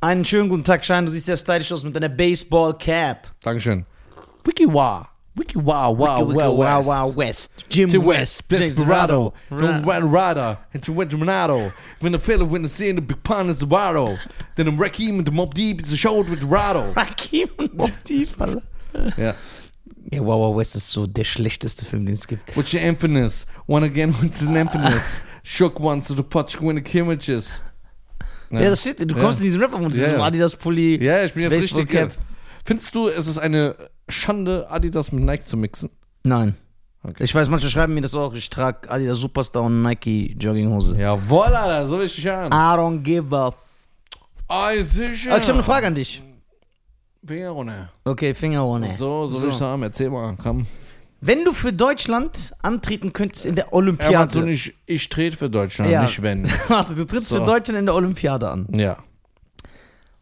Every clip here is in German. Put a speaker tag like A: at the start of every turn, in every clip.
A: Einen schönen guten Tag, Schein. Du siehst sehr stylisch aus mit deiner Baseball-Cap.
B: Dankeschön.
C: Wiki Wah. Wiki Wah, Wah,
A: Wicke, wicke,
C: Wah,
A: wow,
C: Wah,
A: wow, West. Jim
C: Jim West, Desperado,
A: Ra-
C: no Ran Rider, and you went to Renato. When the fella went to see the big pun is the Rado. Then the Rakim and the Mob Deep is the shoulder with the Rado.
A: Rakim und Mobb Deep, Alter.
B: Ja.
A: Ja, Wow Wow West ist so der schlechteste Film, den es gibt.
C: What's your emphasis? One again, what's an emphasis? Shook once to the potch when the images.
A: Ja, das steht, du kommst in diesen Rapper und
B: Ja,
A: diesem
B: ja.
A: Adidas-Pulli.
B: Ja, ich bin jetzt
A: Baseball
B: richtig.
A: Cap.
B: Findest du, es ist eine Schande, Adidas mit Nike zu mixen?
A: Nein.
B: Okay.
A: Ich weiß, manche schreiben mir das auch. Ich trage Adidas Superstar und Nike Jogginghose.
C: Jawohl, Alter, so will ich dich an.
A: I don't give a. f-
C: Ei, sicher.
A: Ah, ich habe eine Frage an dich.
C: Finger runter.
A: Okay, Finger ohne.
C: So, so will ich sagen, erzähl mal, komm.
A: Wenn du für Deutschland antreten könntest in der
C: Er hat so
A: Olympiade.
C: nicht, ich trete für Deutschland,
A: Ja.
C: Ah, nicht wenn.
A: Warte, du trittst
C: So.
A: für Deutschland in der Olympiade an.
C: Ja.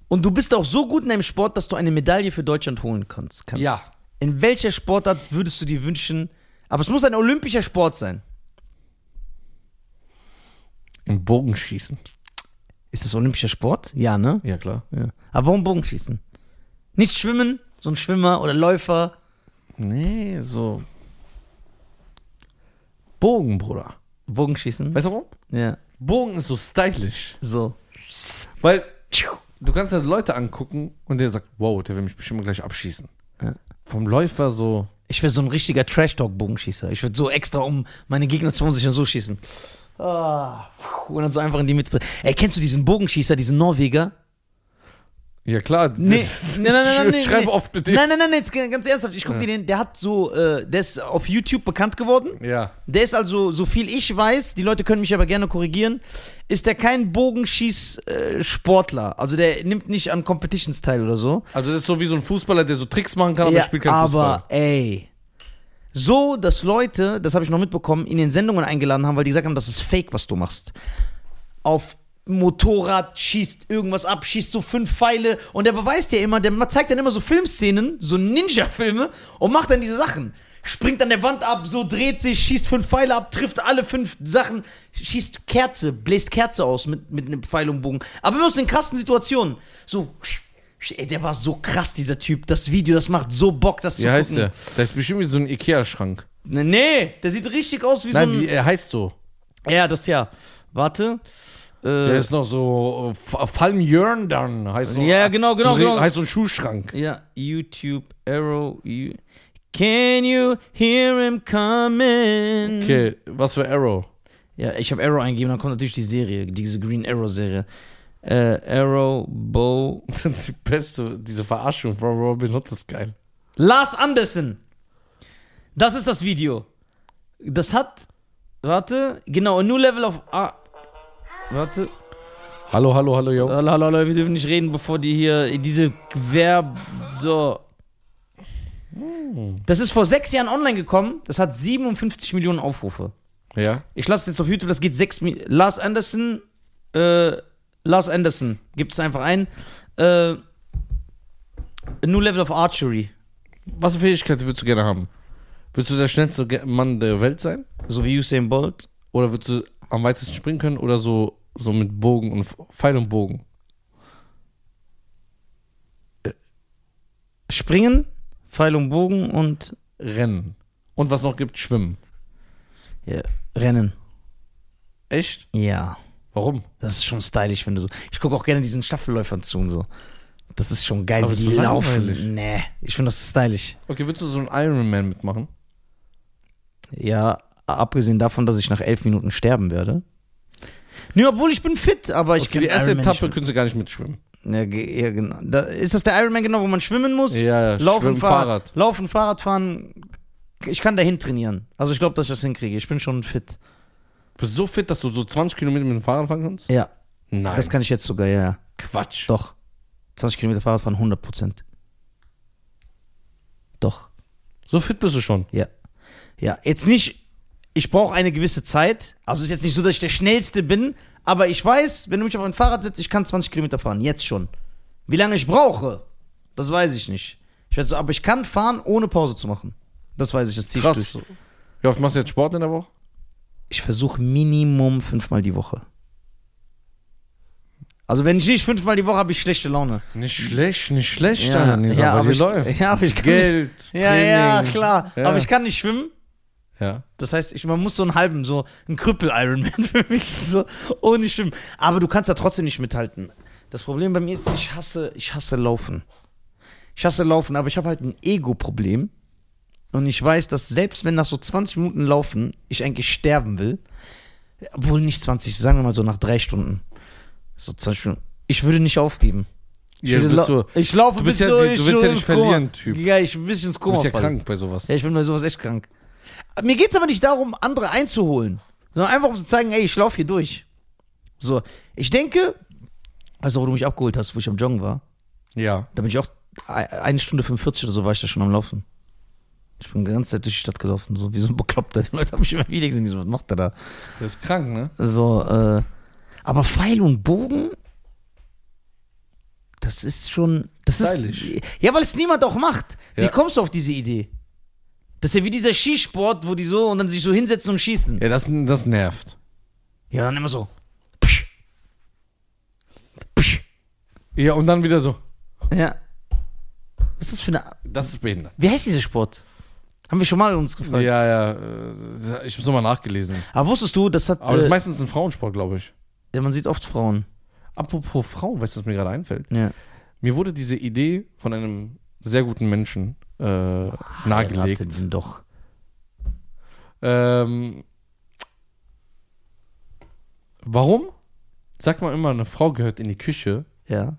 A: Und du bist auch so gut in deinem Sport, dass du eine Medaille für Deutschland holen kannst. kannst.
C: Ja.
A: In welcher Sportart würdest du dir wünschen? Aber es muss ein olympischer Sport sein.
C: Im Bogenschießen.
A: Ist das olympischer Sport? Ja, ne?
C: Ja, klar.
A: Ja. Aber warum Bogenschießen? Nicht schwimmen, so ein Schwimmer oder Läufer.
C: Nee, so. Bogen, Bruder.
A: Bogenschießen?
C: Weißt du warum?
A: Ja,
C: Bogen ist so stylisch.
A: so.
C: Weil du kannst ja Leute angucken und der sagt, wow, der will mich bestimmt gleich abschießen.
A: Ja.
C: Vom Läufer so.
A: Ich wäre so ein richtiger Trash-Talk-Bogenschießer. Ich würde so extra, um meine Gegner zu unsichern, so schießen. Ah, und dann so einfach in die Mitte. Ey, kennst du diesen Bogenschießer, diesen Norweger?
C: Ja, klar.
A: Nee,
C: das-
A: nein, nein, nein,
C: ich
A: nein.
C: schreibe
A: nee.
C: oft mit dem.
A: Nein, nein, nein, jetzt ganz ernsthaft. Ich guck dir den, der hat so, äh, der ist auf YouTube bekannt geworden.
C: Ja.
A: Der ist also, so viel ich weiß, die Leute können mich aber gerne korrigieren, ist der kein Bogenschieß-Sportler. Also der nimmt nicht an Competitions teil oder so.
C: Also, das ist so wie so ein Fußballer, der so Tricks machen kann, aber
A: Ja,
C: spielt kein
A: aber
C: Fußball.
A: ey. So, dass Leute, das habe ich noch mitbekommen, ihn in Sendungen eingeladen haben, weil die gesagt haben, das ist fake, was du machst. Auf Motorrad schießt irgendwas ab, schießt so fünf Pfeile und der beweist ja immer, der zeigt dann immer so Filmszenen, so Ninja-Filme und macht dann diese Sachen. Springt an der Wand ab, so dreht sich, schießt fünf Pfeile ab, trifft alle fünf Sachen, schießt Kerze, bläst Kerze aus mit, mit einem Pfeil und Bogen. Aber immer aus den krassen Situationen. So, ey, der war so krass, dieser Typ. Das Video, das macht so Bock, das zu
C: Wie heißt
A: gucken.
C: der? Der ist bestimmt wie so ein Ikea-Schrank.
A: Nee, nee, der sieht richtig aus wie
C: Nein,
A: so ein.
C: wie, er heißt so.
A: ja, das ja. Warte.
C: Der
A: Äh,
C: ist noch so äh, Falmjörn dann heißt so.
A: Ja, genau, genau,
C: so, ein Re-
A: genau.
C: Heißt so ein Schuhschrank.
A: ja, YouTube Arrow. you- Can you hear him coming?
C: Okay, was für Arrow?
A: Ja, ich habe Arrow eingegeben, dann kommt natürlich die Serie, diese Green Arrow Serie. Äh, Arrow, Bow.
C: Die beste, diese Verarschung von Robin Hood ist geil.
A: Lars Anderson. Das ist das Video. Das hat. Warte, genau, a New Level of. Ah, warte.
C: Hallo, hallo, hallo, yo.
A: Hallo, hallo, hallo, wir dürfen nicht reden, bevor die hier diese Verb. So. Das ist vor sechs Jahren online gekommen. Das hat 57 Millionen Aufrufe.
C: Ja.
A: Ich lasse es jetzt auf YouTube, das geht sechs Mi Lars Anderson. Äh, Lars Anderson. Gibt es einfach ein. Äh, a New Level of Archery.
C: Was für Fähigkeiten würdest du gerne haben? Würdest du der schnellste Ge- Mann der Welt sein?
A: So wie Usain Bolt.
C: Oder würdest du am weitesten springen können? Oder so, so mit Bogen und F- Pfeil und Bogen?
A: Springen, Pfeil und Bogen und
C: Rennen. Und was noch gibt, schwimmen.
A: ja, Rennen.
C: Echt?
A: Ja.
C: Warum?
A: Das ist schon stylisch, wenn du so. Ich gucke auch gerne diesen Staffelläufern zu und so. Das ist schon geil,
C: Aber
A: wie
C: ist
A: die
C: so langweilig.
A: laufen. Nee, ich finde das stylisch.
C: Okay, würdest du so einen Ironman mitmachen?
A: Ja, abgesehen davon, dass ich nach elf Minuten sterben werde. Nö, obwohl ich bin fit, aber ich
C: Okay, die erste
A: Ironman
C: Etappe
A: nicht
C: können sie gar nicht mitschwimmen.
A: schwimmen. Ja, ge- ja, genau. Da, ist das der Ironman genau, wo man schwimmen muss?
C: Ja, ja,
A: Laufen,
C: schwimmen,
A: Fahrrad.
C: Fahrrad.
A: Laufen, Fahrrad fahren. Ich kann dahin trainieren. Also ich glaube, dass ich das hinkriege. Ich bin schon fit.
C: Bist du so fit, dass du so 20 Kilometer mit dem Fahrrad fahren kannst?
A: Ja,
C: Nein.
A: das kann ich jetzt sogar, ja, ja.
C: Quatsch.
A: Doch. 20 Kilometer Fahrrad fahren, 100 Prozent. Doch.
C: So fit bist du schon.
A: Ja. Ja, jetzt nicht, ich brauche eine gewisse Zeit. Also ist jetzt nicht so, dass ich der Schnellste bin, aber ich weiß, wenn du mich auf ein Fahrrad setzt, ich kann 20 Kilometer fahren. Jetzt schon. Wie lange ich brauche, das weiß ich nicht. Ich weiß so, aber ich kann fahren, ohne Pause zu machen. Das weiß ich, das ziehe ich
C: Krass.
A: durch.
C: Wie oft machst du jetzt Sport in der Woche?
A: Ich versuche Minimum fünfmal die Woche. Also wenn ich nicht fünfmal die Woche habe ich schlechte Laune.
C: Nicht schlecht, nicht schlecht,
A: ja,
C: Anis,
A: ja,
C: aber
A: aber
C: wie
A: ich,
C: läuft?
A: Ja, aber ich kann
C: Geld,
A: nicht, ja, ja, klar.
C: Ja.
A: Aber ich kann nicht schwimmen.
C: Ja.
A: Das heißt, ich, man muss so einen halben, so einen Krüppel-Ironman für mich, so ohne Schwimmen. Aber du kannst da trotzdem nicht mithalten. Das Problem bei mir ist, ich hasse, ich hasse Laufen. Ich hasse Laufen, aber ich habe halt ein Ego-Problem. Und ich weiß, dass selbst wenn nach so 20 Minuten Laufen ich eigentlich sterben will, obwohl nicht 20, sagen wir mal so nach drei Stunden, so 20 Minuten, ich würde nicht aufgeben. Ich,
C: Ja, du
A: würde
C: bist
A: lau-
C: so,
A: ich laufe
C: du bist
A: bis
C: ja-
A: so,
C: du
A: ich
C: willst
A: so
C: ja nicht
A: ins Koma.
C: verlieren, Typ.
A: Ja, ich bin ein bisschen ins
C: du
A: Koma
C: bist ja
A: falle.
C: krank bei sowas.
A: Ja, ich bin bei sowas echt krank. Mir geht's aber nicht darum, andere einzuholen, sondern einfach um zu zeigen, ey, ich laufe hier durch. So, ich denke, also wo du mich abgeholt hast, wo ich am Joggen war,
C: Ja.
A: da bin ich auch e- eine Stunde 45 oder so war ich da schon am Laufen. Ich bin die ganze Zeit durch die Stadt gelaufen, so wie so ein Bekloppter. Die Leute haben mich immer wieder gesehen, die so, was macht der da?
C: Das ist krank, ne?
A: So, äh, aber Pfeil und Bogen, das ist schon, das
C: Stylisch.
A: ist, ja, weil es niemand auch macht. Wie
C: Ja.
A: kommst du auf diese Idee? Das ist ja wie dieser Skisport, wo die so und dann sich so hinsetzen und schießen. Ja,
C: Ja, das, das nervt.
A: dann immer so. Psch. Psch.
C: Ja, und dann wieder so,
A: Ja. Was ist das für eine,
C: das ist behindert.
A: wie heißt dieser Sport? Haben wir schon mal uns gefragt.
C: Ja, ja, äh, ich hab's nochmal nachgelesen.
A: Aber wusstest du, das hat,
C: Aber das ist
A: äh,
C: meistens ein Frauensport, glaube ich.
A: ja, man sieht oft Frauen.
C: Apropos Frau, weißt du, was mir gerade einfällt?
A: Ja.
C: Mir wurde diese Idee von einem sehr guten Menschen äh, nahegelegt.
A: Heiraten sind doch.
C: Ähm, warum sagt man immer, eine Frau gehört in die Küche,
A: Ja.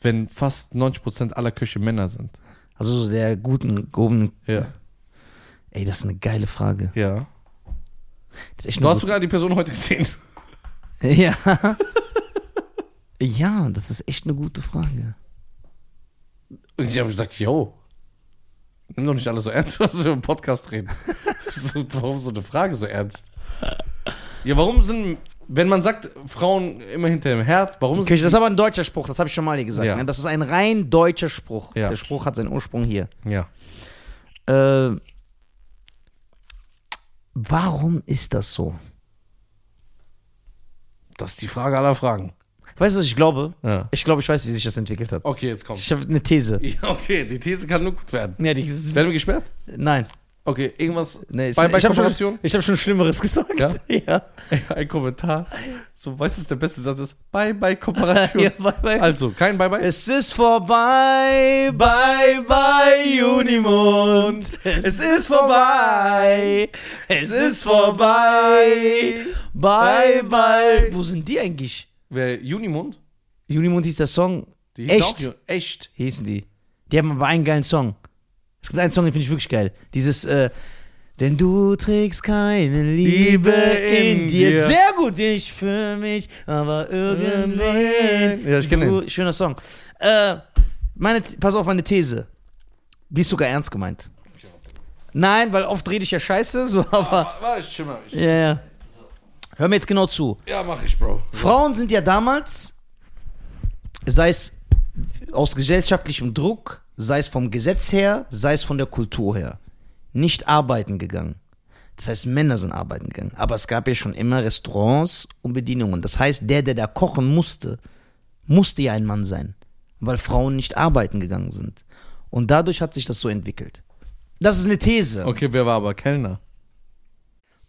C: wenn fast 90% aller Küche Männer sind?
A: Also so der guten, gehobenen,
C: Ja.
A: ey, das ist eine geile Frage.
C: ja.
A: Das ist echt
C: Du
A: eine
C: hast sogar die Person heute gesehen.
A: gute- ja. ja, das ist echt eine gute Frage.
C: Und ich habe gesagt, yo, nimm doch nicht alles so ernst, was wir im Podcast reden. so, warum so eine Frage so ernst? Ja, warum sind, wenn man sagt, Frauen immer hinter dem Herd, warum
A: Okay,
C: sind...
A: das ist aber ein deutscher Spruch, das habe ich schon mal hier gesagt.
C: Ja.
A: Ne? Das ist ein rein deutscher Spruch.
C: Ja.
A: Der Spruch hat seinen Ursprung hier.
C: Ja.
A: Äh, warum ist das so?
C: Das ist die Frage aller Fragen.
A: Weißt du, was ich glaube?
C: Ja.
A: Ich glaube, ich weiß, wie sich das entwickelt hat.
C: Okay, jetzt kommt.
A: Ich habe eine These.
C: Ja, okay, die These kann nur gut werden.
A: Ja, die, das ist,
C: Werden wir gesperrt?
A: nein.
C: Okay, irgendwas.
A: Nee, ist-
C: bei bei
A: ich habe
C: Kooperation?
A: schon, ich hab schon Schlimmeres gesagt.
C: Ja?
A: ja.
C: Ein Kommentar. So, weißt du, was der beste Satz ist? Bye, bye, Kooperation.
A: ja bye, bye.
C: Also, kein Bye, bye.
A: Es ist vorbei, bye bye Unimond. Es ist vorbei, es ist vorbei, bye bye. Wo sind die eigentlich?
C: Wer Junimund?
A: Unimond hieß der Song.
C: Die hieß
A: Echt?
C: auch Ju- Echt?
A: Hießen die. Die haben aber einen geilen Song. Es gibt einen Song, den finde ich wirklich geil. Dieses, äh, denn du trägst keine Liebe
C: Liebe
A: in
C: in
A: dir.
C: dir.
A: Sehr gut, ich für mich, aber irgendwann.
C: Ja, ich kenn
A: Du- Schöner Song. Äh, meine, pass auf, meine These. Die ist sogar ernst gemeint. Nein, weil oft rede ich ja scheiße, so, aber.
C: War ich schon mal.
A: Ja, ja. Hör mir jetzt genau zu.
C: Ja, mach ich, Bro.
A: Frauen sind ja damals, sei es aus gesellschaftlichem Druck, sei es vom Gesetz her, sei es von der Kultur her, nicht arbeiten gegangen. Das heißt, Männer sind arbeiten gegangen. Aber es gab ja schon immer Restaurants und Bedienungen. Das heißt, der, der da kochen musste, musste ja ein Mann sein, weil Frauen nicht arbeiten gegangen sind. Und dadurch hat sich das so entwickelt. Das ist eine These.
C: Okay, wer war aber Kellner?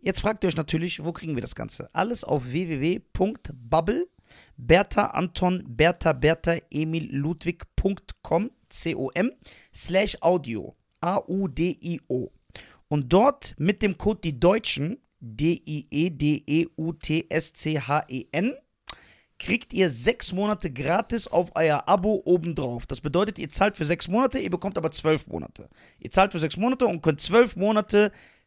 A: jetzt fragt ihr euch natürlich, wo kriegen wir das Ganze? Alles auf www.bubble, Bertha Anton, Bertha Bertha Emil Ludwig.com, C-O-M, slash Audio. A-U-D-I-O. Und dort mit dem Code die Deutschen, E D-I-E-D-E-U-T-S-C-H-E-N, kriegt ihr sechs Monate gratis auf euer Abo obendrauf. Das bedeutet, ihr zahlt für sechs Monate, ihr bekommt aber zwölf Monate. Ihr zahlt für sechs Monate und könnt zwölf Monate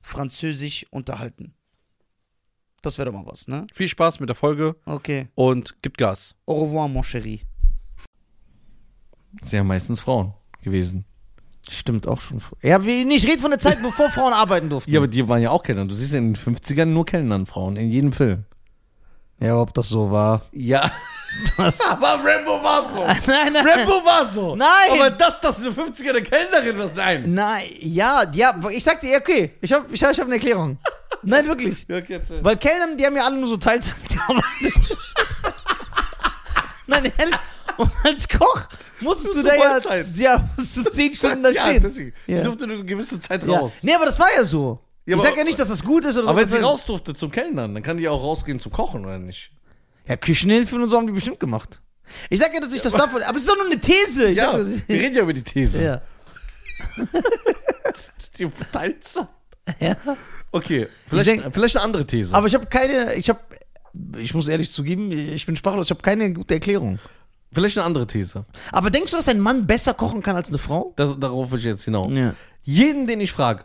A: Französisch unterhalten. Das wäre doch mal was, ne?
D: Viel Spaß mit der Folge
A: Okay.
D: und gibt Gas.
A: Au revoir, mon chéri.
C: Sind ja meistens Frauen gewesen.
A: Stimmt auch schon. Ja, wie- nee, ich rede von der Zeit, bevor Frauen arbeiten durften.
C: Ja, aber die waren ja auch Kellner. Du siehst ja in den 50ern nur Kellnern Frauen, in jedem Film.
A: ja, ob das so war.
C: Ja.
A: Das.
C: Aber Rambo war so.
A: nein, nein.
C: Rambo war so.
A: Nein.
C: Aber dass das eine 50er eine Kellnerin was nein.
A: Nein, ja, ja, ich sag dir, okay, ich hab, ich hab, ich hab eine Erklärung. Nein, wirklich.
C: Ja, okay, erzähl.
A: Weil Kellner, die haben ja alle nur so Teilzeit gearbeitet. Nein, ehrlich. Und als Koch musstest du
C: ist
A: da
C: so
A: ja,
C: Vollzeit.
A: ja musstest du zehn Stunden da
C: ja,
A: stehen.
C: deswegen.
A: Ja.
C: Die durfte nur eine gewisse Zeit
A: Ja.
C: raus.
A: Nee, aber das war ja so.
C: Ja,
A: ich
C: aber-
A: sag ja nicht, dass das gut ist oder
C: Aber wenn
A: so.
C: sie raus durfte zum Kellnern, dann kann die auch rausgehen zum Kochen, oder nicht?
A: Ja, Küchenhilfen und so haben die bestimmt gemacht. Ich sag ja, dass ich das davon. Aber es ist doch nur eine These. Ich
C: Ja,
A: sag,
C: wir reden ja über die These.
A: ja.
C: Die Teilzeit.
A: ja.
C: Okay, vielleicht,
A: denk-
C: vielleicht eine andere These.
A: Aber ich habe keine. Ich habe. Ich muss ehrlich zugeben, ich bin sprachlos. Ich habe keine gute Erklärung.
C: vielleicht eine andere These.
A: Aber denkst du, dass ein Mann besser kochen kann als eine Frau?
C: Das, darauf will ich jetzt hinaus.
A: Ja.
C: Jeden, den ich frage,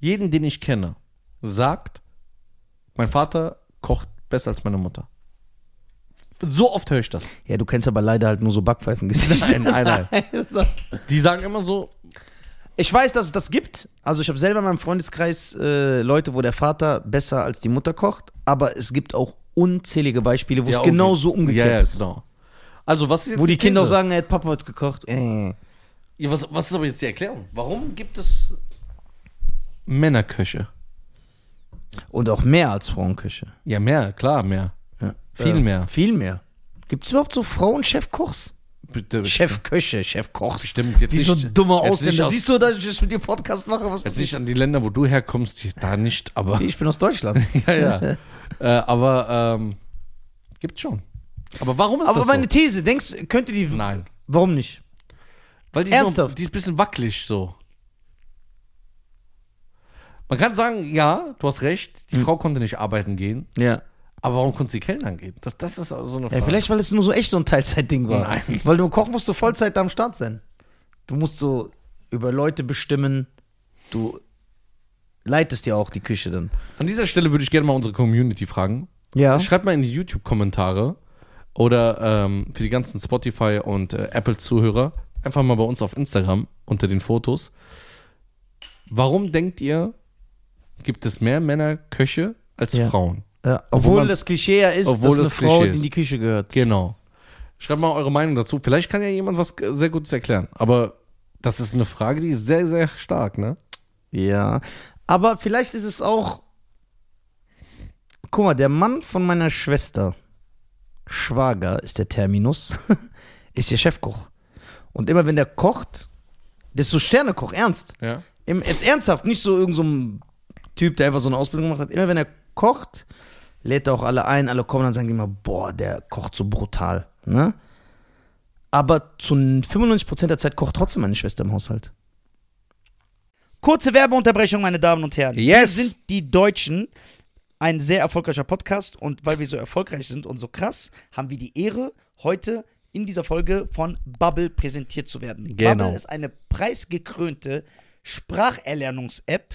C: jeden, den ich kenne, sagt, mein Vater kocht besser als meine Mutter. So oft höre ich das.
A: Ja, du kennst aber leider halt nur so Backpfeifengesichter.
C: Nein, nein, Die sagen immer so,
A: Ich weiß, dass es das gibt. Also ich habe selber in meinem Freundeskreis äh, Leute, wo der Vater besser als die Mutter kocht. Aber es gibt auch unzählige Beispiele, wo es
C: okay.
A: genau so umgekehrt
C: ja, ja,
A: ist.
C: Genau. Also, was ist jetzt
A: Wo die Kinder auch
C: These?
A: sagen, er hat Papa heute gekocht. Äh.
C: Ja, was, was ist aber jetzt die Erklärung? Warum gibt es Männerköche?
A: Und auch mehr als Frauenküche.
C: Ja, mehr, klar, mehr.
A: Ja.
C: Viel
A: Äh,
C: mehr.
A: Viel mehr. Gibt es überhaupt so Frauenchefkochs?
C: Bitte,
A: Chefköche, Chefkochs.
C: Stimmt, jetzt
A: Wie so
C: nicht-
A: ein dummer
C: jetzt nicht
A: Ausländer.
C: aus-
A: Siehst du, dass ich jetzt mit dir Podcast mache? Was
C: Jetzt nicht an die Länder, wo du herkommst, die, da nicht, aber.
A: ich bin aus Deutschland.
C: ja, ja. äh, aber ähm, gibt's schon. Aber warum ist
A: Aber
C: das
A: meine
C: so?
A: These, denkst könnte die.
C: Nein.
A: Warum nicht?
C: Weil die, ist noch-
A: Ernsthaft?
C: die ist ein bisschen wackelig so. Man kann sagen, ja, du hast recht, die
A: Hm.
C: Frau konnte nicht arbeiten gehen,
A: Ja.
C: aber warum konnte sie Kellnern gehen? Das, das ist also so eine Frage.
A: Ja, vielleicht, weil es nur so echt so ein Teilzeitding war.
C: Nein.
A: Weil du kochen musst du Vollzeit da am Start sein. Du musst so über Leute bestimmen. Du leitest ja auch die Küche dann.
C: An dieser Stelle würde ich gerne mal unsere Community fragen.
A: Ja.
C: Schreibt mal in die YouTube-Kommentare oder ähm, für die ganzen Spotify und äh, Apple-Zuhörer einfach mal bei uns auf Instagram unter den Fotos. Warum denkt ihr, gibt es mehr Männerköche als
A: Ja.
C: Frauen?
A: Ja, Äh, obwohl
C: man-
A: das Klischee ja ist,
C: obwohl
A: dass eine
C: das Klischee
A: Frau
C: ist.
A: in die Küche gehört.
C: Genau. Schreibt mal eure Meinung dazu. Vielleicht kann ja jemand was äh, sehr Gutes erklären. Aber das ist eine Frage, die ist sehr, sehr stark, ne?
A: Ja. Aber vielleicht ist es auch. Guck mal, der Mann von meiner Schwester, Schwager ist der Terminus, ist ihr Chefkoch. Und immer wenn der kocht, das ist so Sternekoch, ernst.
C: Ja.
A: Im, jetzt ernsthaft, nicht so irgendein so ein Typ, der einfach so eine Ausbildung gemacht hat. Immer wenn er kocht, lädt er auch alle ein, alle kommen und sagen die immer, boah, der kocht so brutal. Ne? Aber zu 95% der Zeit kocht trotzdem meine Schwester im Haushalt. Kurze Werbeunterbrechung, meine Damen und Herren.
D: Yes.
A: Wir sind die Deutschen. Ein sehr erfolgreicher Podcast und weil wir so erfolgreich sind und so krass, haben wir die Ehre, heute in dieser Folge von Bubble präsentiert zu werden.
D: Genau.
A: Bubble ist eine preisgekrönte Spracherlernungs-App,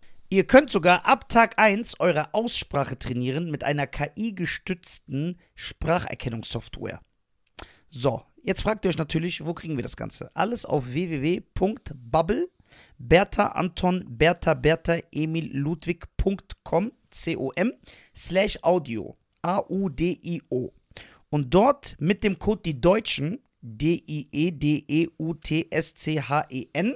A: Ihr könnt sogar ab Tag 1 eure Aussprache trainieren mit einer KI-gestützten Spracherkennungssoftware. So, jetzt fragt ihr euch natürlich, wo kriegen wir das Ganze? Alles auf www.bubble, Bertha Anton, Bertha Bertha Emil Ludwig.com, C-O-M, slash Audio, A-U-D-I-O. Und dort mit dem Code die Deutschen, E D-I-E-D-E-U-T-S-C-H-E-N,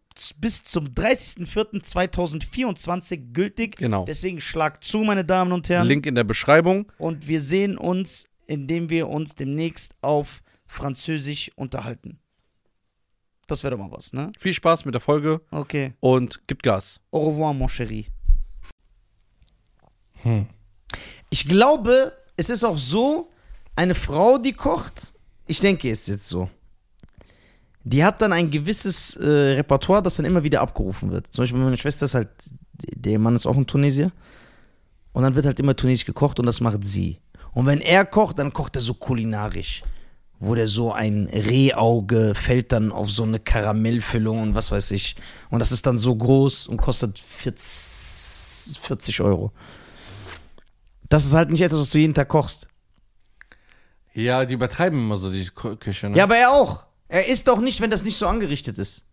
A: z- bis zum 30.04.2024 gültig.
D: Genau.
A: Deswegen schlag zu, meine Damen und Herren.
D: Link in der Beschreibung.
A: Und wir sehen uns, indem wir uns demnächst auf Französisch unterhalten. Das wäre doch mal was, ne?
D: Viel Spaß mit der Folge
A: Okay.
D: und gibt Gas.
A: Au revoir, mon chéri.
C: Hm.
A: Ich glaube, es ist auch so, eine Frau, die kocht, ich denke, ist jetzt so. Die hat dann ein gewisses äh, Repertoire, das dann immer wieder abgerufen wird. Zum Beispiel meine Schwester ist halt, der Mann ist auch in Tunesier. Und dann wird halt immer tunesisch gekocht und das macht sie. Und wenn er kocht, dann kocht er so kulinarisch. Wo der so ein Rehauge fällt dann auf so eine Karamellfüllung und was weiß ich. Und das ist dann so groß und kostet 40, 40 Euro. Das ist halt nicht etwas, was du jeden Tag kochst.
C: Ja, die übertreiben immer so die Kü- Küche, ne?
A: Ja, aber er auch. Er isst doch nicht, wenn das nicht so angerichtet ist.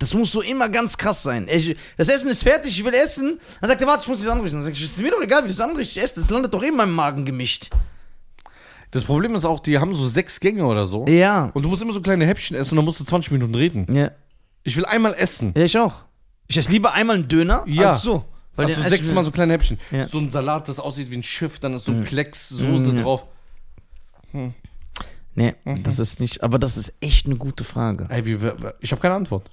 A: Das muss so immer ganz krass sein. Ich, das Essen ist fertig, ich will essen. Dann sagt er, warte, ich muss das anrichten. Dann sag ich, ist mir doch egal, wie du es anrichtest, ich esse. Das landet doch eh in meinem Magen gemischt.
C: Das Problem ist auch, die haben so sechs Gänge oder so.
A: Ja.
C: Und du musst immer so kleine Häppchen essen und dann musst du 20 Minuten reden.
A: Ja,
C: Ich will einmal essen.
A: ja ich auch. Ich esse lieber einmal einen Döner
C: Ja.
A: als so. Weil
C: also
A: den-
C: sechsmal so kleine Häppchen.
A: Ja. Mhm.
C: So ein Salat, das aussieht wie ein Schiff, dann ist so ein Klecks Soße drauf.
A: Nee,
C: Mhm.
A: das ist nicht. Aber das ist echt eine gute Frage.
C: Ey, wie, wer- wer- ich habe keine Antwort.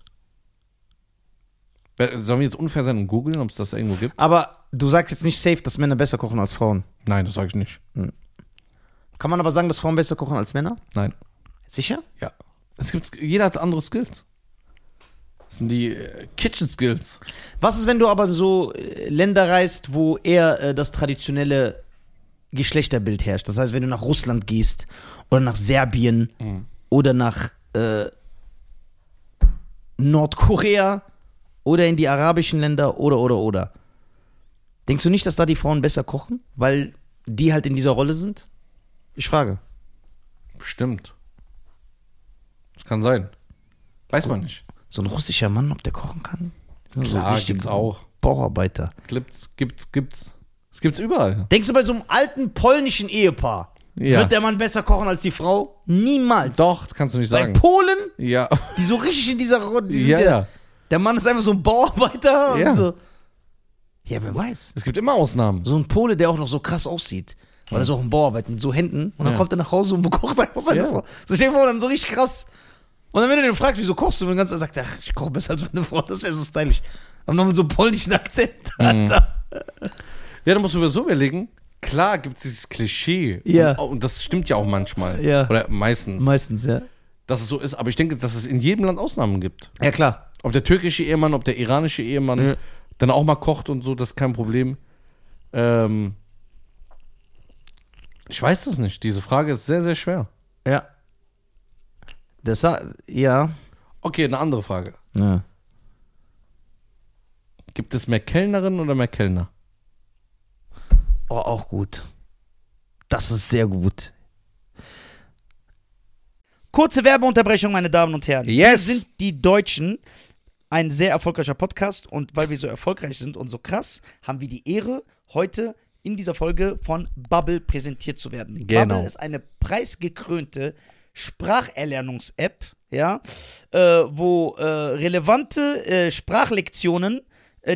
C: Wer- Sollen wir jetzt unfair sein und googeln, ob es das irgendwo gibt?
A: Aber du sagst jetzt nicht safe, dass Männer besser kochen als Frauen.
C: Nein, das sage ich nicht.
A: Kann man aber sagen, dass Frauen besser kochen als Männer?
C: Nein.
A: Sicher?
C: Ja. Es gibt, jeder hat andere Skills. Das sind die äh, Kitchen Skills.
A: Was ist, wenn du aber so äh, Länder reist, wo eher äh, das traditionelle Geschlechterbild herrscht? Das heißt, wenn du nach Russland gehst oder nach Serbien
C: Mhm.
A: oder nach äh, Nordkorea oder in die arabischen Länder oder oder oder. Denkst du nicht, dass da die Frauen besser kochen, weil die halt in dieser Rolle sind? Ich frage.
C: Stimmt. Das kann sein. Weiß man nicht.
A: So ein russischer Mann, ob der kochen kann? So
C: Klar,
A: richtig
C: gibt's auch.
A: Bauarbeiter.
C: Gibt's, gibt's, gibt's. Es gibt's überall.
A: Denkst du bei so einem alten polnischen Ehepaar,
C: Ja.
A: wird der Mann besser kochen als die Frau? Niemals.
C: Doch, das kannst du nicht
A: Bei
C: sagen.
A: Polen,
C: Ja.
A: die so richtig in dieser Rolle, die sind
C: ja,
A: der,
C: ja.
A: der Mann ist einfach so ein Bauarbeiter
C: Ja.
A: und so. Ja, wer weiß.
C: Es gibt immer Ausnahmen.
A: So ein Pole, der auch noch so krass aussieht. Weil er so auch ein Bauarbeiter mit so Händen. Und dann
C: Ja.
A: kommt er nach Hause und kocht einfach seine
C: Ja.
A: Frau. So stell dir vor, dann so richtig krass. Und dann, wenn du den fragst, wieso kochst du, und dann ganz sagt er, ach, ich koche besser als meine Frau. Das wäre so stylisch. Und noch mit so einem polnischen Akzent,
C: Mhm.
A: Alter.
C: Ja, da musst du mir so überlegen. Klar gibt es dieses Klischee.
A: Ja.
C: Und, und das stimmt ja auch manchmal.
A: Ja.
C: Oder meistens,
A: Meistens, ja.
C: dass es so ist. Aber ich denke, dass es in jedem Land Ausnahmen gibt.
A: Ja, klar.
C: Ob der türkische Ehemann, ob der iranische Ehemann
A: Ja.
C: dann auch mal kocht und so, das ist kein Problem. Ähm, ich weiß das nicht. Diese Frage ist sehr, sehr schwer.
A: Ja. Das hat, ja.
C: Okay, eine andere Frage.
A: ja.
C: Gibt es mehr Kellnerinnen oder mehr Kellner?
A: Oh, auch gut. Das ist sehr gut. Kurze Werbeunterbrechung, meine Damen und Herren.
D: Yes.
A: Wir sind die Deutschen. Ein sehr erfolgreicher Podcast und weil wir so erfolgreich sind und so krass, haben wir die Ehre, heute in dieser Folge von Bubble präsentiert zu werden.
D: Genau.
A: Bubble ist eine preisgekrönte Spracherlernungs-App, ja, äh, wo äh, relevante äh, Sprachlektionen äh,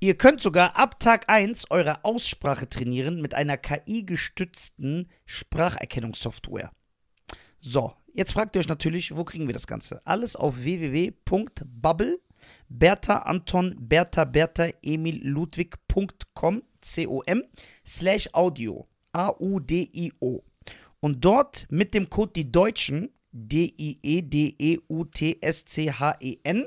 A: Ihr könnt sogar ab Tag 1 eure Aussprache trainieren mit einer KI-gestützten Spracherkennungssoftware. So, jetzt fragt ihr euch natürlich, wo kriegen wir das Ganze? Alles auf www.bubble, Bertha Anton, Bertha Bertha Emil Ludwig.com, C-O-M, slash Audio, A-U-D-I-O. Und dort mit dem Code die Deutschen, E D-I-E-D-E-U-T-S-C-H-E-N,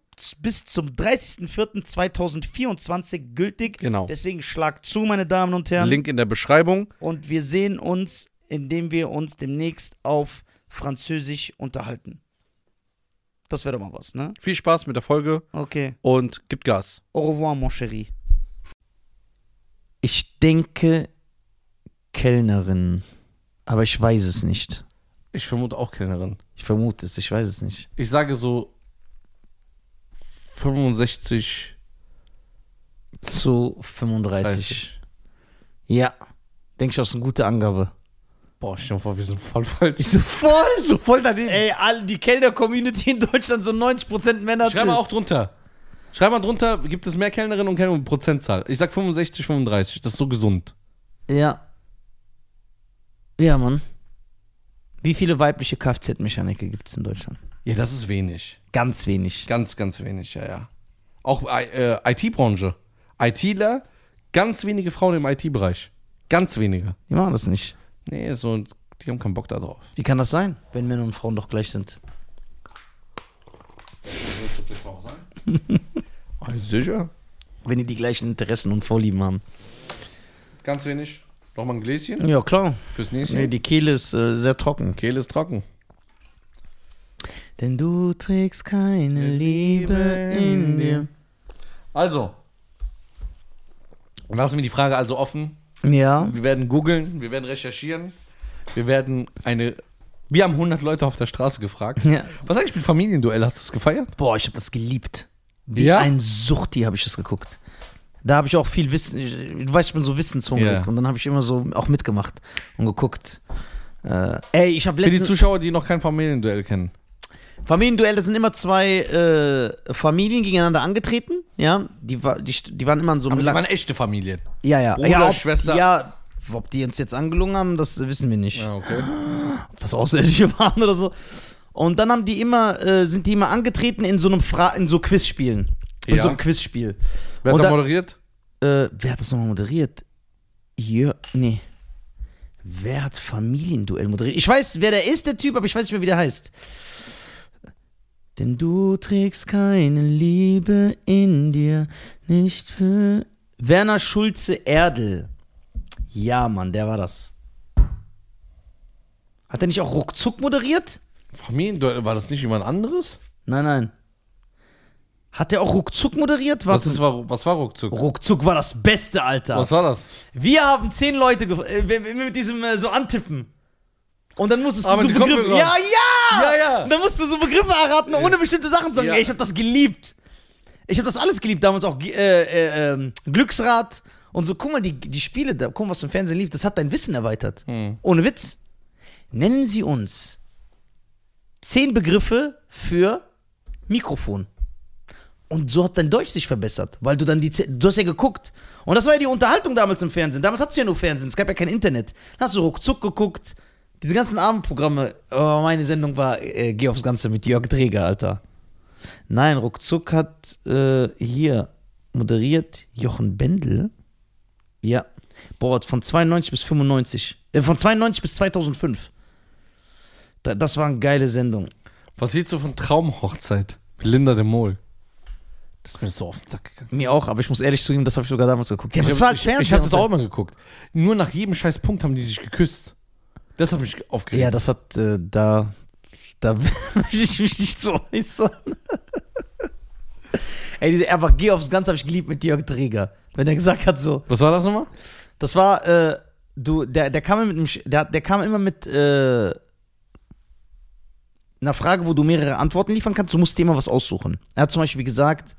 A: z- bis zum 30.04.2024 gültig.
D: Genau.
A: Deswegen schlag zu, meine Damen und Herren.
D: Link in der Beschreibung.
A: Und wir sehen uns, indem wir uns demnächst auf Französisch unterhalten. Das wäre doch mal was, ne?
D: Viel Spaß mit der Folge
A: Okay.
D: und gibt Gas.
A: Au revoir, mon chéri. Ich denke Kellnerin, aber ich weiß es nicht.
C: Ich vermute auch Kellnerin.
A: Ich vermute es, ich weiß es nicht.
C: Ich sage so 65,
A: Zu 35.
C: 30.
A: Ja. Denke ich, das ist eine gute Angabe.
C: Boah, stell dir vor, wir sind voll falsch.
A: Ich so voll, so
C: voll daneben.
A: Ey, alle, die Kellner-Community in Deutschland, so 90% Männer
C: Schreib mal auch drunter. Schreib mal drunter, gibt es mehr Kellnerinnen und Kellner mit Prozentzahl? Ich sag 65, 35. Das ist so gesund.
A: Ja. Ja, Mann. Wie viele weibliche Kfz-Mechaniker gibt es in Deutschland?
C: Ja, das ist wenig.
A: Ganz wenig.
C: Ganz, ganz wenig, ja, ja. Auch äh, äh, IT-Branche. ITler, ganz wenige Frauen im IT-Bereich. Ganz wenige.
A: Die machen das nicht.
C: Nee, so, die haben keinen Bock da drauf.
A: Wie kann das sein, wenn Männer und Frauen doch gleich sind?
C: sicher?
A: Wenn die die gleichen Interessen und Vorlieben haben.
C: Ganz wenig. Nochmal ein Gläschen
A: Ja, klar.
C: fürs nächste.
A: Nee, die Kehle ist äh, sehr trocken.
C: Kehle ist trocken.
A: Denn du trägst keine Liebe in dir.
C: Also. Lassen wir die Frage also offen.
A: Ja.
C: Wir werden googeln, wir werden recherchieren. Wir werden eine. Wir haben 100 Leute auf der Straße gefragt.
A: ja.
C: Was eigentlich mit Familienduell? Hast du es gefeiert?
A: Boah, ich habe das geliebt. Wie
C: Ja?
A: ein Suchti habe ich das geguckt. Da habe ich auch viel Wissen. Du weißt, ich bin so wissenshungrig.
C: Ja.
A: Und dann habe ich immer so auch mitgemacht und geguckt. Äh, ey, ich habe
C: Für die
A: letztens.
C: Zuschauer, die noch kein Familienduell kennen.
A: Familienduelle sind immer zwei äh, Familien gegeneinander angetreten. Ja, die, wa- die, st- die waren immer in so einem.
C: Aber die
A: lang-
C: waren echte Familien.
A: ja, ja.
C: Bruder,
A: ja, ob,
C: Schwester.
A: Ja, ob die uns jetzt angelungen haben, das wissen wir nicht.
C: Ja, okay.
A: Ob das Außerirdische waren oder so. Und dann haben die immer, äh, sind die immer angetreten in so einem Fra in so Quizspielen. In
C: Ja.
A: so einem Quizspiel.
C: Wer
A: Und
C: hat da
A: da-
C: moderiert?
A: äh, wer hat das nochmal moderiert? Jör, nee. Wer hat Familienduell moderiert? Ich weiß, wer der ist, der Typ, aber ich weiß nicht mehr, wie der heißt. Denn du trägst keine Liebe in dir, nicht für. Werner Schulze Erdel. Ja, Mann, der war das. Hat er nicht auch ruckzuck moderiert?
C: Familienduell, war das nicht jemand anderes?
A: Nein, nein. Hat er auch ruckzuck moderiert?
C: Was,
A: Was?
C: ist, war, was war ruckzuck?
A: Ruckzuck war das Beste, Alter.
C: Was war das?
A: Wir haben zehn Leute gef- äh, wenn wir mit diesem äh, so antippen. Und dann musstest du
C: Ah,
A: so
C: mit den
A: Begriffe.
C: Kopfhörern.
A: Ja, ja!
C: Ja, ja.
A: Und dann musst du so Begriffe erraten, ohne bestimmte Sachen zu sagen.
C: Ja.
A: Ey, ich hab das geliebt. Ich hab das alles geliebt, damals auch äh, äh, ähm, Glücksrad und so. Guck mal, die, die Spiele, da, guck mal, was im Fernsehen lief, das hat dein Wissen erweitert.
C: Hm.
A: Ohne Witz. Nennen Sie uns zehn Begriffe für Mikrofon. Und so hat dein Deutsch sich verbessert, weil du dann die. Ze- Du hast ja geguckt. Und das war ja die Unterhaltung damals im Fernsehen. Damals hattest du ja nur Fernsehen, es gab ja kein Internet. Dann hast du ruckzuck geguckt. Diese ganzen Abendprogramme. Aber meine Sendung war äh, Geh aufs Ganze mit Jörg Dreger, Alter. Nein, ruckzuck hat äh, hier moderiert Jochen Bendel. Ja. Boah, von 92 bis 95. Äh, von 92 bis 2005. Da, das waren geile Sendungen.
C: Was hältst du von Traumhochzeit? Mit Linda de Mol. Das ist mir so auf den Sack gegangen.
A: Mir auch, aber ich muss ehrlich zugeben, das habe ich sogar damals geguckt. Ja, aber das war
C: ich ich, ich habe das
A: unter-
C: auch immer geguckt. Nur nach jedem scheiß Punkt haben die sich geküsst. Das hat mich aufgeregt.
A: Ja, das hat äh, da. Da möchte ich mich nicht so äußern. Ey, diese einfach geh aufs Ganze habe ich geliebt mit Jörg Träger. Wenn er gesagt hat, so.
C: Was war das nochmal?
A: Das war, äh, du, der, der kam immer mit dem, Sch- der, der kam immer mit, äh, einer Frage, wo du mehrere Antworten liefern kannst. Du musst dir immer was aussuchen. Er hat zum Beispiel gesagt,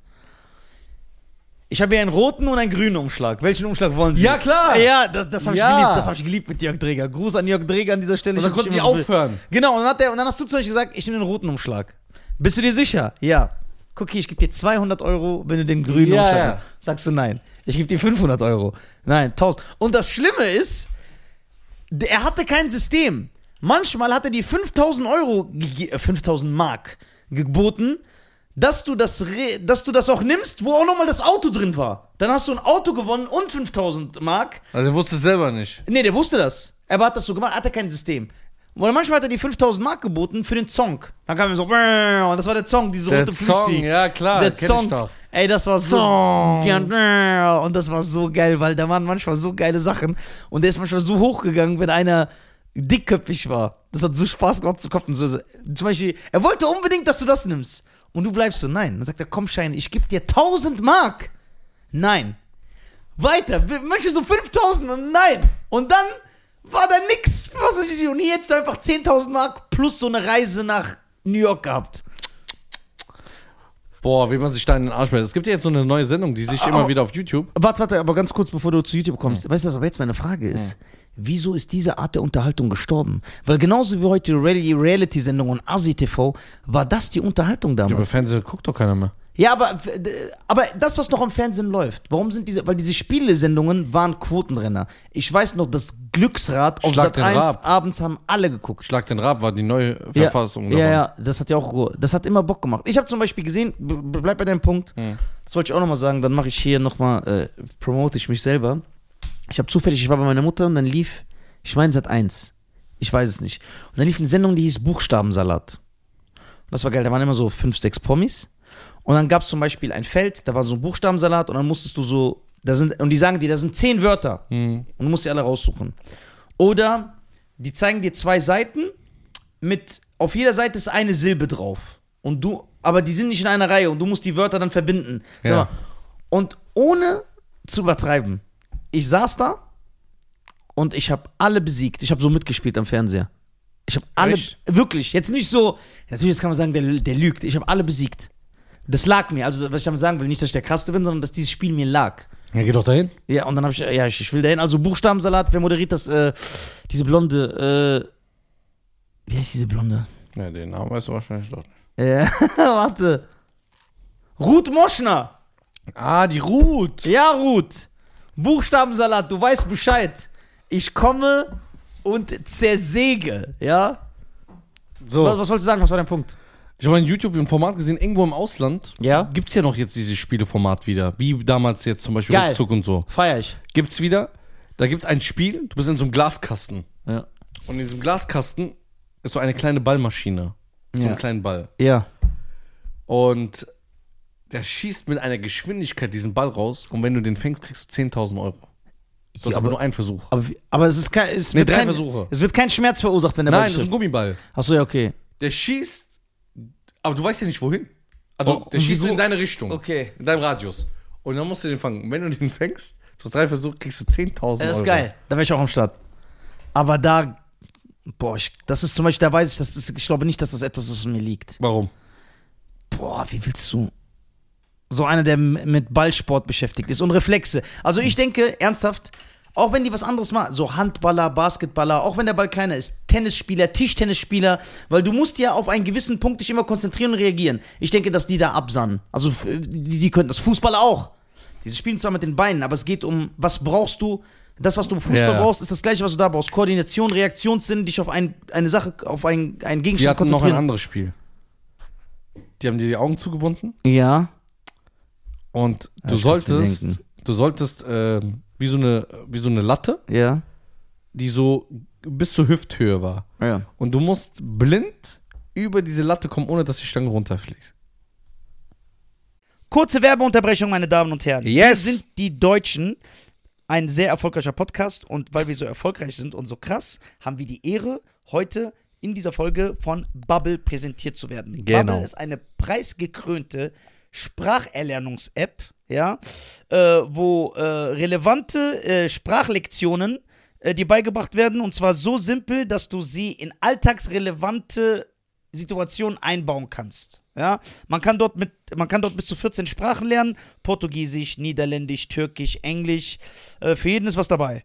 A: ich habe hier einen roten und einen grünen Umschlag. Welchen Umschlag wollen Sie?
C: Ja, klar.
A: Ja, das, das habe ich
C: Ja.
A: geliebt. Das habe ich geliebt mit Jörg Dreger. Gruß an Jörg Dreger an dieser Stelle.
C: Und dann
A: Ich hab
C: konnten
A: mich
C: die
A: immer so-
C: aufhören.
A: Genau, und dann, hat der, und dann hast du zu euch gesagt, ich nehme den roten Umschlag. Bist du dir sicher? Ja. Guck hier, ich gebe dir 200 Euro, wenn du den grünen
C: Ja,
A: Umschlag
C: ja.
A: nimmst. Sagst du nein. Ich gebe dir 500 Euro. Nein, 1000. Und das Schlimme ist, d- er hatte kein System. Manchmal hat er dir 5000 Euro, gege- äh, 5000 Mark geboten, dass du das, re- dass du das auch nimmst, wo auch nochmal das Auto drin war. Dann hast du ein Auto gewonnen und 5000 Mark.
C: Also, der wusste es selber nicht.
A: Nee, der wusste das. Er hat das so gemacht, hatte kein System. Oder manchmal hat er die 5000 Mark geboten für den Song. Dann kam er so, "Bäh", und das war der Song, diese
C: Der
A: rote
C: Song,
A: Flüchtig.
C: ja klar,
A: der
C: kenn
A: Song.
C: ich doch.
A: Ey, das war so.
C: Song.
A: Ja, "Bäh", Und das war so geil, weil da waren manchmal so geile Sachen. Und der ist manchmal so hochgegangen, wenn einer dickköpfig war. Das hat so Spaß gemacht zu kopfen. So, so. Zum Beispiel, er wollte unbedingt, dass du das nimmst. Und du bleibst so, nein. Dann sagt er, komm, Schein, ich gebe dir 1000 Mark. Nein. Weiter. B- Möchtest du 5000? Und Nein. Und dann war da nix. Was weiß ich. Und hier hättest du einfach 10.000 Mark plus so eine Reise nach New York gehabt.
C: Boah, wie man sich da in den Arsch meldet. Es gibt ja jetzt so eine neue Sendung, die sich immer wieder auf YouTube.
A: Warte, warte, aber ganz kurz, bevor du zu YouTube kommst. Weißt du, was aber jetzt meine Frage ist? Wieso ist diese Art der Unterhaltung gestorben? Weil genauso wie heute Real- Reality-Sendung und ASI-TV, war das die Unterhaltung damals.
C: Über Fernsehen guckt doch keiner mehr.
A: Ja, aber, aber das, was noch im Fernsehen läuft, warum sind diese, weil diese Spielesendungen waren Quotenrenner. Ich weiß noch, das Glücksrad auf
C: Schlag
A: Sat
C: den
A: 1
C: Raab.
A: abends haben alle geguckt.
C: Schlag den Rab war die neue Verfassung.
A: Ja,
C: davon.
A: ja, das hat ja auch Ruhe. Das hat immer Bock gemacht. Ich habe zum Beispiel gesehen, b- b- bleib bei deinem Punkt,
C: Hm.
A: das wollte ich auch nochmal sagen, dann mache ich hier nochmal, äh, promote ich mich selber. Ich habe zufällig, ich war bei meiner Mutter und dann lief, ich meine Sat 1. Ich weiß es nicht. Und dann lief eine Sendung, die hieß Buchstabensalat. Das war geil, da waren immer so fünf, sechs Promis. Und dann gab es zum Beispiel ein Feld, da war so ein Buchstabensalat und dann musstest du so, da sind, und die sagen dir, da sind zehn Wörter
C: Mhm.
A: und du musst sie alle raussuchen. Oder die zeigen dir zwei Seiten mit, auf jeder Seite ist eine Silbe drauf. Und du, aber die sind nicht in einer Reihe und du musst die Wörter dann verbinden. Sag
C: Ja.
A: mal, Und ohne zu übertreiben, ich saß da und ich habe alle besiegt. Ich habe so mitgespielt am Fernseher. Ich habe alle,
C: Echt?
A: wirklich, jetzt nicht so, natürlich jetzt kann man sagen, der, der lügt. Ich habe alle besiegt. Das lag mir. Also, was ich damit sagen will, nicht, dass ich der Krasse bin, sondern dass dieses Spiel mir lag.
C: Ja, geh doch dahin.
A: Ja, und dann habe ich, ja, ich, ich will dahin. Also, Buchstabensalat, wer moderiert das? Äh, diese blonde, äh, wie heißt diese blonde?
C: Ja, den Namen weißt du wahrscheinlich doch nicht.
A: Äh, warte. Ruth Moschner.
C: Ah, die Ruth.
A: Ja, Ruth. Buchstabensalat, du weißt Bescheid. Ich komme und zersäge, ja? Was,
C: So,
A: was wolltest du sagen? Was war dein Punkt?
C: ich habe mal in YouTube im Format gesehen, irgendwo im Ausland.
A: Ja.
C: Gibt es ja noch jetzt dieses Spieleformat wieder. Wie damals jetzt zum Beispiel
A: Geil.
C: Rückzug und so.
A: Feier ich.
C: Gibt's wieder. Da gibt's ein Spiel, du bist in so einem Glaskasten.
A: Ja.
C: Und in diesem Glaskasten ist so eine kleine Ballmaschine. So
A: Ja.
C: einen kleinen Ball.
A: Ja.
C: Und der schießt mit einer Geschwindigkeit diesen Ball raus. Und wenn du den fängst, kriegst du 10.000 Euro. Das ist aber nur ein Versuch.
A: Aber, wie- aber es ist kein. Es
C: Nee,
A: wird
C: drei
A: kein,
C: Versuche.
A: Es wird kein Schmerz verursacht, wenn der
C: Nein, das ist
A: Ball
C: ein Gummiball.
A: Achso, ja, okay.
C: Der schießt, aber du weißt ja nicht wohin. Also
A: Oh,
C: der
A: und
C: schießt
A: wieso?
C: in deine Richtung.
A: Okay.
C: In deinem Radius. Und dann musst du den fangen. Und wenn du den fängst, so drei Versuche, kriegst du 10.000 Euro.
A: Das ist geil. Da wäre ich auch am Start. Aber da. Boah, ich, das ist zum Beispiel, da weiß ich, das ist, ich glaube nicht, dass das etwas ist, was mir liegt.
C: Warum?
A: Boah, wie willst du? So einer, der m- mit Ballsport beschäftigt ist und Reflexe. Also ich denke, ernsthaft, auch wenn die was anderes machen, so Handballer, Basketballer, auch wenn der Ball kleiner ist, Tennisspieler, Tischtennisspieler, weil du musst ja auf einen gewissen Punkt dich immer konzentrieren und reagieren. Ich denke, dass die da absahen. Also f- die, die könnten das. Fußballer auch. Diese spielen zwar mit den Beinen, aber es geht um, was brauchst du? Das, was du im Fußball
C: Ja.
A: brauchst, ist das gleiche, was du da brauchst. Koordination, Reaktionssinn, dich auf ein, eine Sache, auf einen, einen
C: Die
A: Gegenstand
C: hatten noch ein
A: konzentrieren.
C: anderes Spiel. Die haben dir die Augen zugebunden
A: ja.
C: und du
A: ich kann's mir
C: solltest,
A: denken.
C: du solltest ähm, wie, so eine, wie so eine Latte,
A: Ja.
C: die so bis zur Hüfthöhe war.
A: Ja.
C: Und du musst blind über diese Latte kommen, ohne dass die Stange runterfliegt.
A: Kurze Werbeunterbrechung, meine Damen und Herren.
D: Yes.
A: Wir sind die Deutschen. ein sehr erfolgreicher Podcast und weil wir so erfolgreich sind und so krass, haben wir die Ehre, heute in dieser Folge von Bubble präsentiert zu werden.
D: Genau.
A: Bubble ist eine preisgekrönte Spracherlernungs-App, ja, äh, wo äh, relevante äh, Sprachlektionen äh, dir beigebracht werden und zwar so simpel, dass du sie in alltagsrelevante Situationen einbauen kannst. Ja, man kann dort mit, man kann dort bis zu 14 Sprachen lernen: Portugiesisch, Niederländisch, Türkisch, Englisch. Äh, für jeden ist was dabei.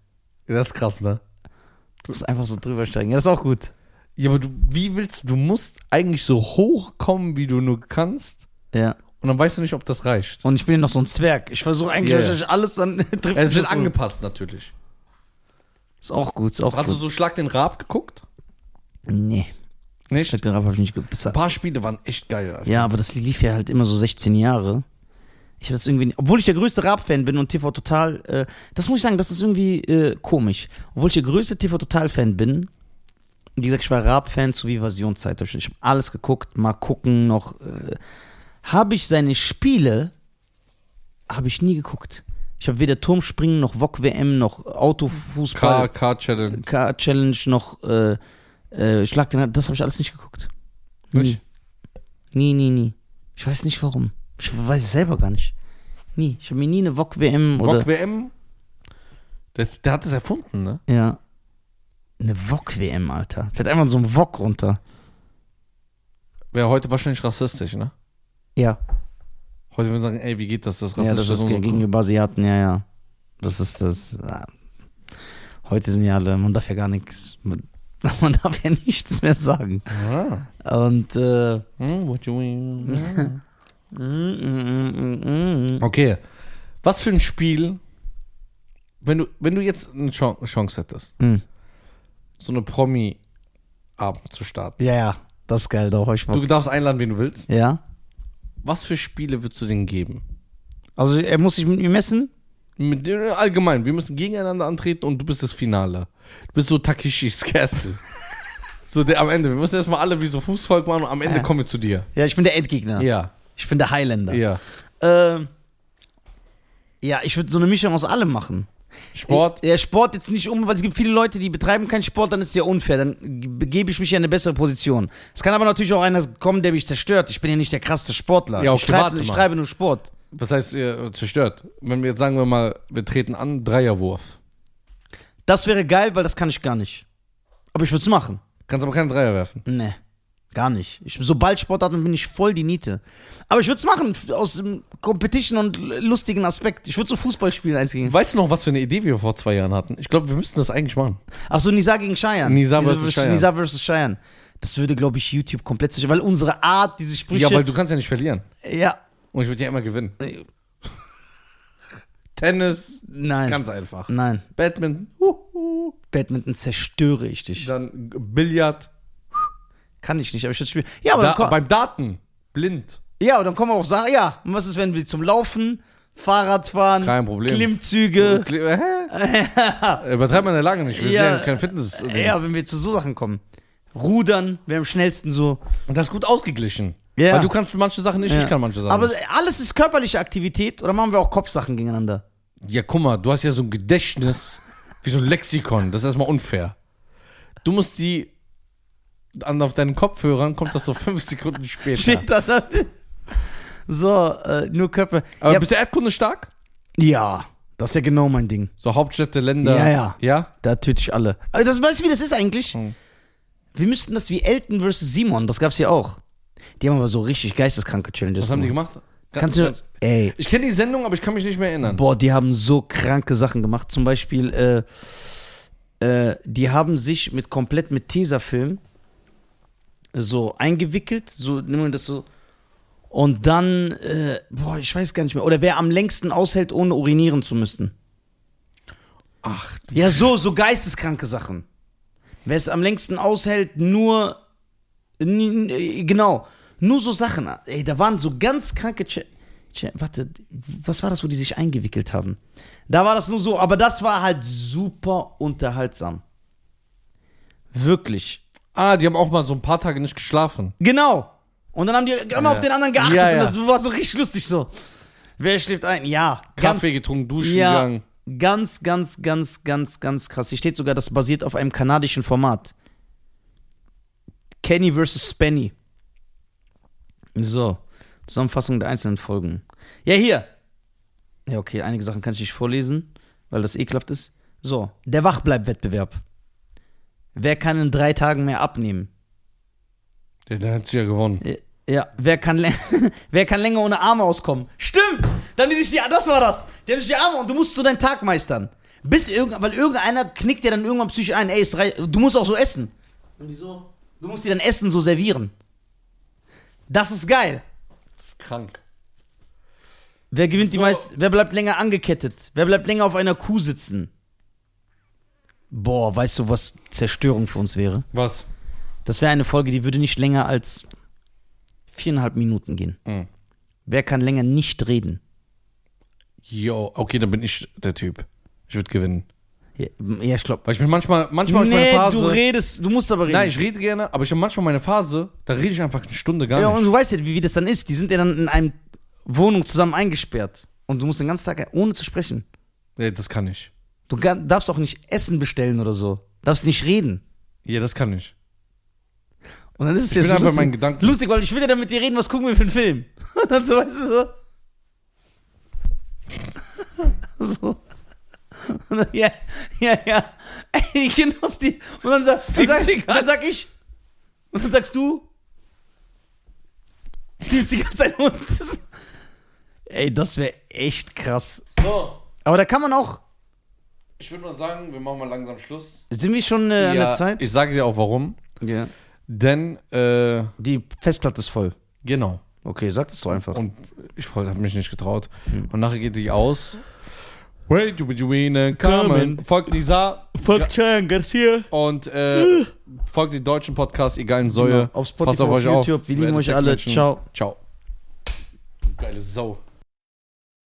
C: Das ist krass, ne?
A: Du musst einfach so drüber steigen. Das ist auch gut.
C: Ja, aber du, wie willst du, du musst eigentlich so hoch kommen, wie du nur kannst.
A: Ja.
C: Und dann weißt du nicht, ob das reicht.
A: Und ich bin ja noch so ein Zwerg. Ich versuche eigentlich
C: Ja, ja.
A: wahrscheinlich alles, dann trifft
C: Es
A: das
C: wird
A: so.
C: angepasst natürlich.
A: Ist auch gut, ist auch
C: Hast du
A: gut.
C: so Schlag den Raab geguckt?
A: nee,
C: Nicht?
A: Schlag den Raab habe ich nicht geguckt. Das
C: Ein
A: hat,
C: paar Spiele waren echt geil. Alter.
A: ja, aber das lief ja halt immer so 16 Jahre. Ich habe das irgendwie, obwohl ich der größte Raab-Fan bin und TV Total, äh, das muss ich sagen, das ist irgendwie äh, komisch. Obwohl ich der größte TV Total-Fan bin, wie gesagt, ich war Raab-Fan zur Vivasion-Zeit. hab Ich ich habe alles geguckt, mal gucken noch. Äh, habe ich seine Spiele, habe ich nie geguckt. Ich habe weder Turmspringen noch Wok-WM noch Autofußball.
C: K-Challenge.
A: Car Challenge noch äh, äh, Schlag den Hand, das habe ich alles nicht geguckt. Hm. Nie. Nie, nie, nie. Ich weiß nicht warum. Ich weiß es selber gar nicht. Nie. Ich habe mir nie eine Wok WM oder
C: Rock WM. Das, der hat das erfunden, ne?
A: ja. Eine Wok WM, Alter. Fährt einfach so ein Wok runter.
C: Wäre heute wahrscheinlich rassistisch, ne?
A: Ja.
C: Heute würden wir sagen, ey, wie geht das? Das ist
A: ja, das
C: rassistisch.
A: ist
C: und
A: ge-
C: so.
A: gegenüber Asiaten, ja, ja. Das ist das. ah. Heute sind ja alle, man darf ja gar nichts. Man, man darf ja nichts mehr sagen.
C: ah.
A: Und äh, mm,
C: Hm, what you mean?
A: mm, mm, mm, mm.
C: Okay. Was für ein Spiel, wenn du, wenn du jetzt eine Chan- Chance hättest,
A: Hm.
C: so eine Promi-Abend zu starten.
A: Ja, ja, das ist geil, da hab ich Bock.
C: Du darfst einladen, wen du willst.
A: Ja.
C: Was für Spiele würdest du denen geben?
A: Also er muss sich mit mir messen.
C: Mit, äh, allgemein, wir müssen gegeneinander antreten und du bist das Finale. Du bist so Takeshis Castle. so der am Ende. Wir müssen erstmal alle wie so Fußvolk machen und am Ende
A: Ja.
C: kommen wir zu dir.
A: Ja, ich bin der Endgegner.
C: Ja.
A: Ich bin der Highlander.
C: Ja.
A: Ähm, ja, ich würde so eine Mischung aus allem machen.
C: Sport.
A: Ja, Sport jetzt nicht um, weil es gibt viele Leute, die betreiben keinen Sport, dann ist es ja unfair. Dann begebe ich mich ja in eine bessere Position. Es kann aber natürlich auch einer kommen, der mich zerstört. Ich bin ja nicht der krasseste Sportler.
C: Ja,
A: ich,
C: okay,
A: treibe,
C: warte
A: ich
C: mal.
A: treibe nur Sport.
C: Was heißt ihr zerstört? Wenn wir jetzt sagen wir mal, wir treten an, Dreierwurf.
A: Das wäre geil, weil das kann ich gar nicht. Aber ich würde es machen.
C: Kannst aber keinen Dreier werfen.
A: Nee, gar nicht. Ich, sobald Sportarten bin ich voll die Niete. Aber ich würde es machen, f- aus dem Competition und l- lustigen Aspekt. Ich würde so Fußball spielen, eins gegen.
C: Weißt du noch, was für eine Idee wir vor zwei Jahren hatten? Ich glaube, wir müssten das eigentlich machen.
A: Achso, Nisa gegen Cheyenne.
C: Nizar versus Cheyenne.
A: Nisa versus Cheyenne. Das würde, glaube ich, YouTube komplett zerstören, weil unsere Art, diese Sprüche.
C: Ja, weil du kannst ja nicht verlieren.
A: ja.
C: Und ich würde ja immer gewinnen.
A: Äh,
C: Tennis,
A: Nein.
C: ganz einfach.
A: Nein.
C: Badminton, huhu.
A: Badminton zerstöre ich dich.
C: dann Billard.
A: Kann ich nicht, aber ich würde spielen. Ja, aber
C: Da,
A: dann, komm,
C: beim Daten, blind.
A: ja, aber dann kommen wir auch Sachen. Ja, und was ist, wenn wir zum Laufen, Fahrradfahren,
C: Kein Problem. äh,
A: Klimmzüge.
C: Hä? Übertreibt man ja lange nicht. Wir
A: Ja. Äh,
C: sind ja kein Fitness.
A: Ja, wenn wir zu so Sachen kommen. Rudern wäre am schnellsten so.
C: Und das ist gut ausgeglichen.
A: Ja.
C: Weil du kannst manche Sachen nicht,
A: Ja.
C: ich kann manche Sachen
A: Aber
C: nicht.
A: alles ist körperliche Aktivität oder machen wir auch Kopfsachen gegeneinander?
C: Ja, guck mal, du hast ja so ein Gedächtnis wie so ein Lexikon. Das ist erstmal unfair. Du musst die. An, auf deinen Kopfhörern kommt das so fünf Sekunden später.
A: Steht da da- So, äh, nur Körper.
C: Aber
A: ja,
C: bist du Erdkunde stark?
A: ja, das ist ja genau mein Ding.
C: So Hauptstädte, Länder.
A: Ja, ja.
C: Ja?
A: Da töte ich alle. Also das weißt du, wie das ist eigentlich?
C: Hm.
A: Wir müssten das wie Elton vs. Simon, das gab's ja auch. Die haben aber so richtig geisteskranke Challenges.
C: Was haben die
A: gemacht?
C: gemacht?
A: Kannst du.
C: Ganz-
A: Ey,
C: ich kenne die Sendung, aber ich kann mich nicht mehr erinnern.
A: boah, die haben so kranke Sachen gemacht. Zum Beispiel, äh, äh, die haben sich mit komplett mit Tesafilm so eingewickelt, so nimmt man das so. Und dann, äh, boah, ich weiß gar nicht mehr. Oder wer am längsten aushält, ohne urinieren zu müssen.
C: Ach, du-
A: Ja, so, so geisteskranke Sachen. Wer es am längsten aushält, nur. n- n- Genau. Nur so Sachen. Ey, da waren so ganz kranke. Ch Ch warte, was war das, wo die sich eingewickelt haben? Da war das nur so, aber das war halt super unterhaltsam. Wirklich.
C: Ah, die haben auch mal so ein paar Tage nicht geschlafen.
A: Genau. Und dann haben die immer
C: Ja.
A: auf den anderen geachtet
C: Ja, ja.
A: und das war so richtig lustig so. Wer schläft ein? Ja. ganz-
C: Kaffee getrunken, duschen
A: ja,
C: gegangen.
A: ganz, ganz, ganz, ganz, ganz krass. Hier steht sogar, das basiert auf einem kanadischen Format. Kenny vs. Spenny. So, Zusammenfassung der einzelnen Folgen. Ja, hier. Ja, okay, einige Sachen kann ich nicht vorlesen, weil das ekelhaft ist. So, der Wachbleib-Wettbewerb. Wer kann in drei Tagen mehr abnehmen?
C: Der, der hat sie ja gewonnen.
A: Ja, wer kann, lä- wer kann länger ohne Arme auskommen? Stimmt! Dann die sich die, das war das. Die haben sich die Arme und du musst so deinen Tag meistern. Bis irgend, weil irgendeiner knickt dir dann irgendwann psychisch ein, ey, es rei- du musst auch so essen. Und wieso? Du musst dir dann Essen so servieren. Das ist geil.
C: Das ist krank.
A: Wer gewinnt die
C: So.
A: meisten? Wer bleibt länger angekettet? Wer bleibt länger auf einer Kuh sitzen? Boah, weißt du, was Zerstörung für uns wäre?
C: Was?
A: Das wäre eine Folge, die würde nicht länger als viereinhalb Minuten gehen.
C: Mhm.
A: Wer kann länger nicht reden?
C: Yo, okay, dann bin ich der Typ. Ich würde gewinnen.
A: Ja, ja, ich glaube.
C: Weil ich mir manchmal, manchmal habe ich meine Phase.
A: du redest, du musst aber reden.
C: Nein, ich rede gerne, aber ich habe manchmal meine Phase, da rede ich einfach eine Stunde gar
A: ja,
C: nicht.
A: und du weißt ja, wie, wie das dann ist. Die sind ja dann in einem Wohnung zusammen eingesperrt. Und du musst den ganzen Tag ohne zu sprechen.
C: Nee, das kann ich.
A: Du ga- darfst auch nicht Essen bestellen oder so. Darfst nicht reden.
C: Ja, das kann ich.
A: Und dann ist es
C: Ich
A: ja
C: bin
A: so
C: einfach
A: lustig,
C: meinen Gedanken.
A: lustig, weil ich will ja dann mit dir reden, was gucken wir für einen Film. Und dann so, weißt du, so. so. Und dann, ja, ja, ja. Ey, genau die. Und dann, sag, dann, sag, dann sag ich. Und dann sagst du. Steve Ziegert sein Hund. Ey, das wäre echt krass.
C: So,
A: Aber da kann man auch.
C: ich würde mal sagen, wir machen mal langsam Schluss.
A: Sind wir schon äh, an der Zeit?
C: Ich sage dir auch warum.
A: Ja.
C: Denn, äh,
A: Die Festplatte ist voll.
C: genau.
A: Okay, sag das so einfach. Hm.
C: Und ich wollte, habe mich nicht getraut. Und nachher geht die aus. Wait, du bist coming. Folgt Nisa
A: Fuck Chan Garcia.
C: und äh, folgt den deutschen Podcast, egal in Säue.
A: Genau, auf Spotify, auf YouTube. Wir lieben
C: Werdet's
A: euch
C: Sex
A: alle.
C: Menschen.
A: Ciao.
C: Ciao. Du Geile Sau.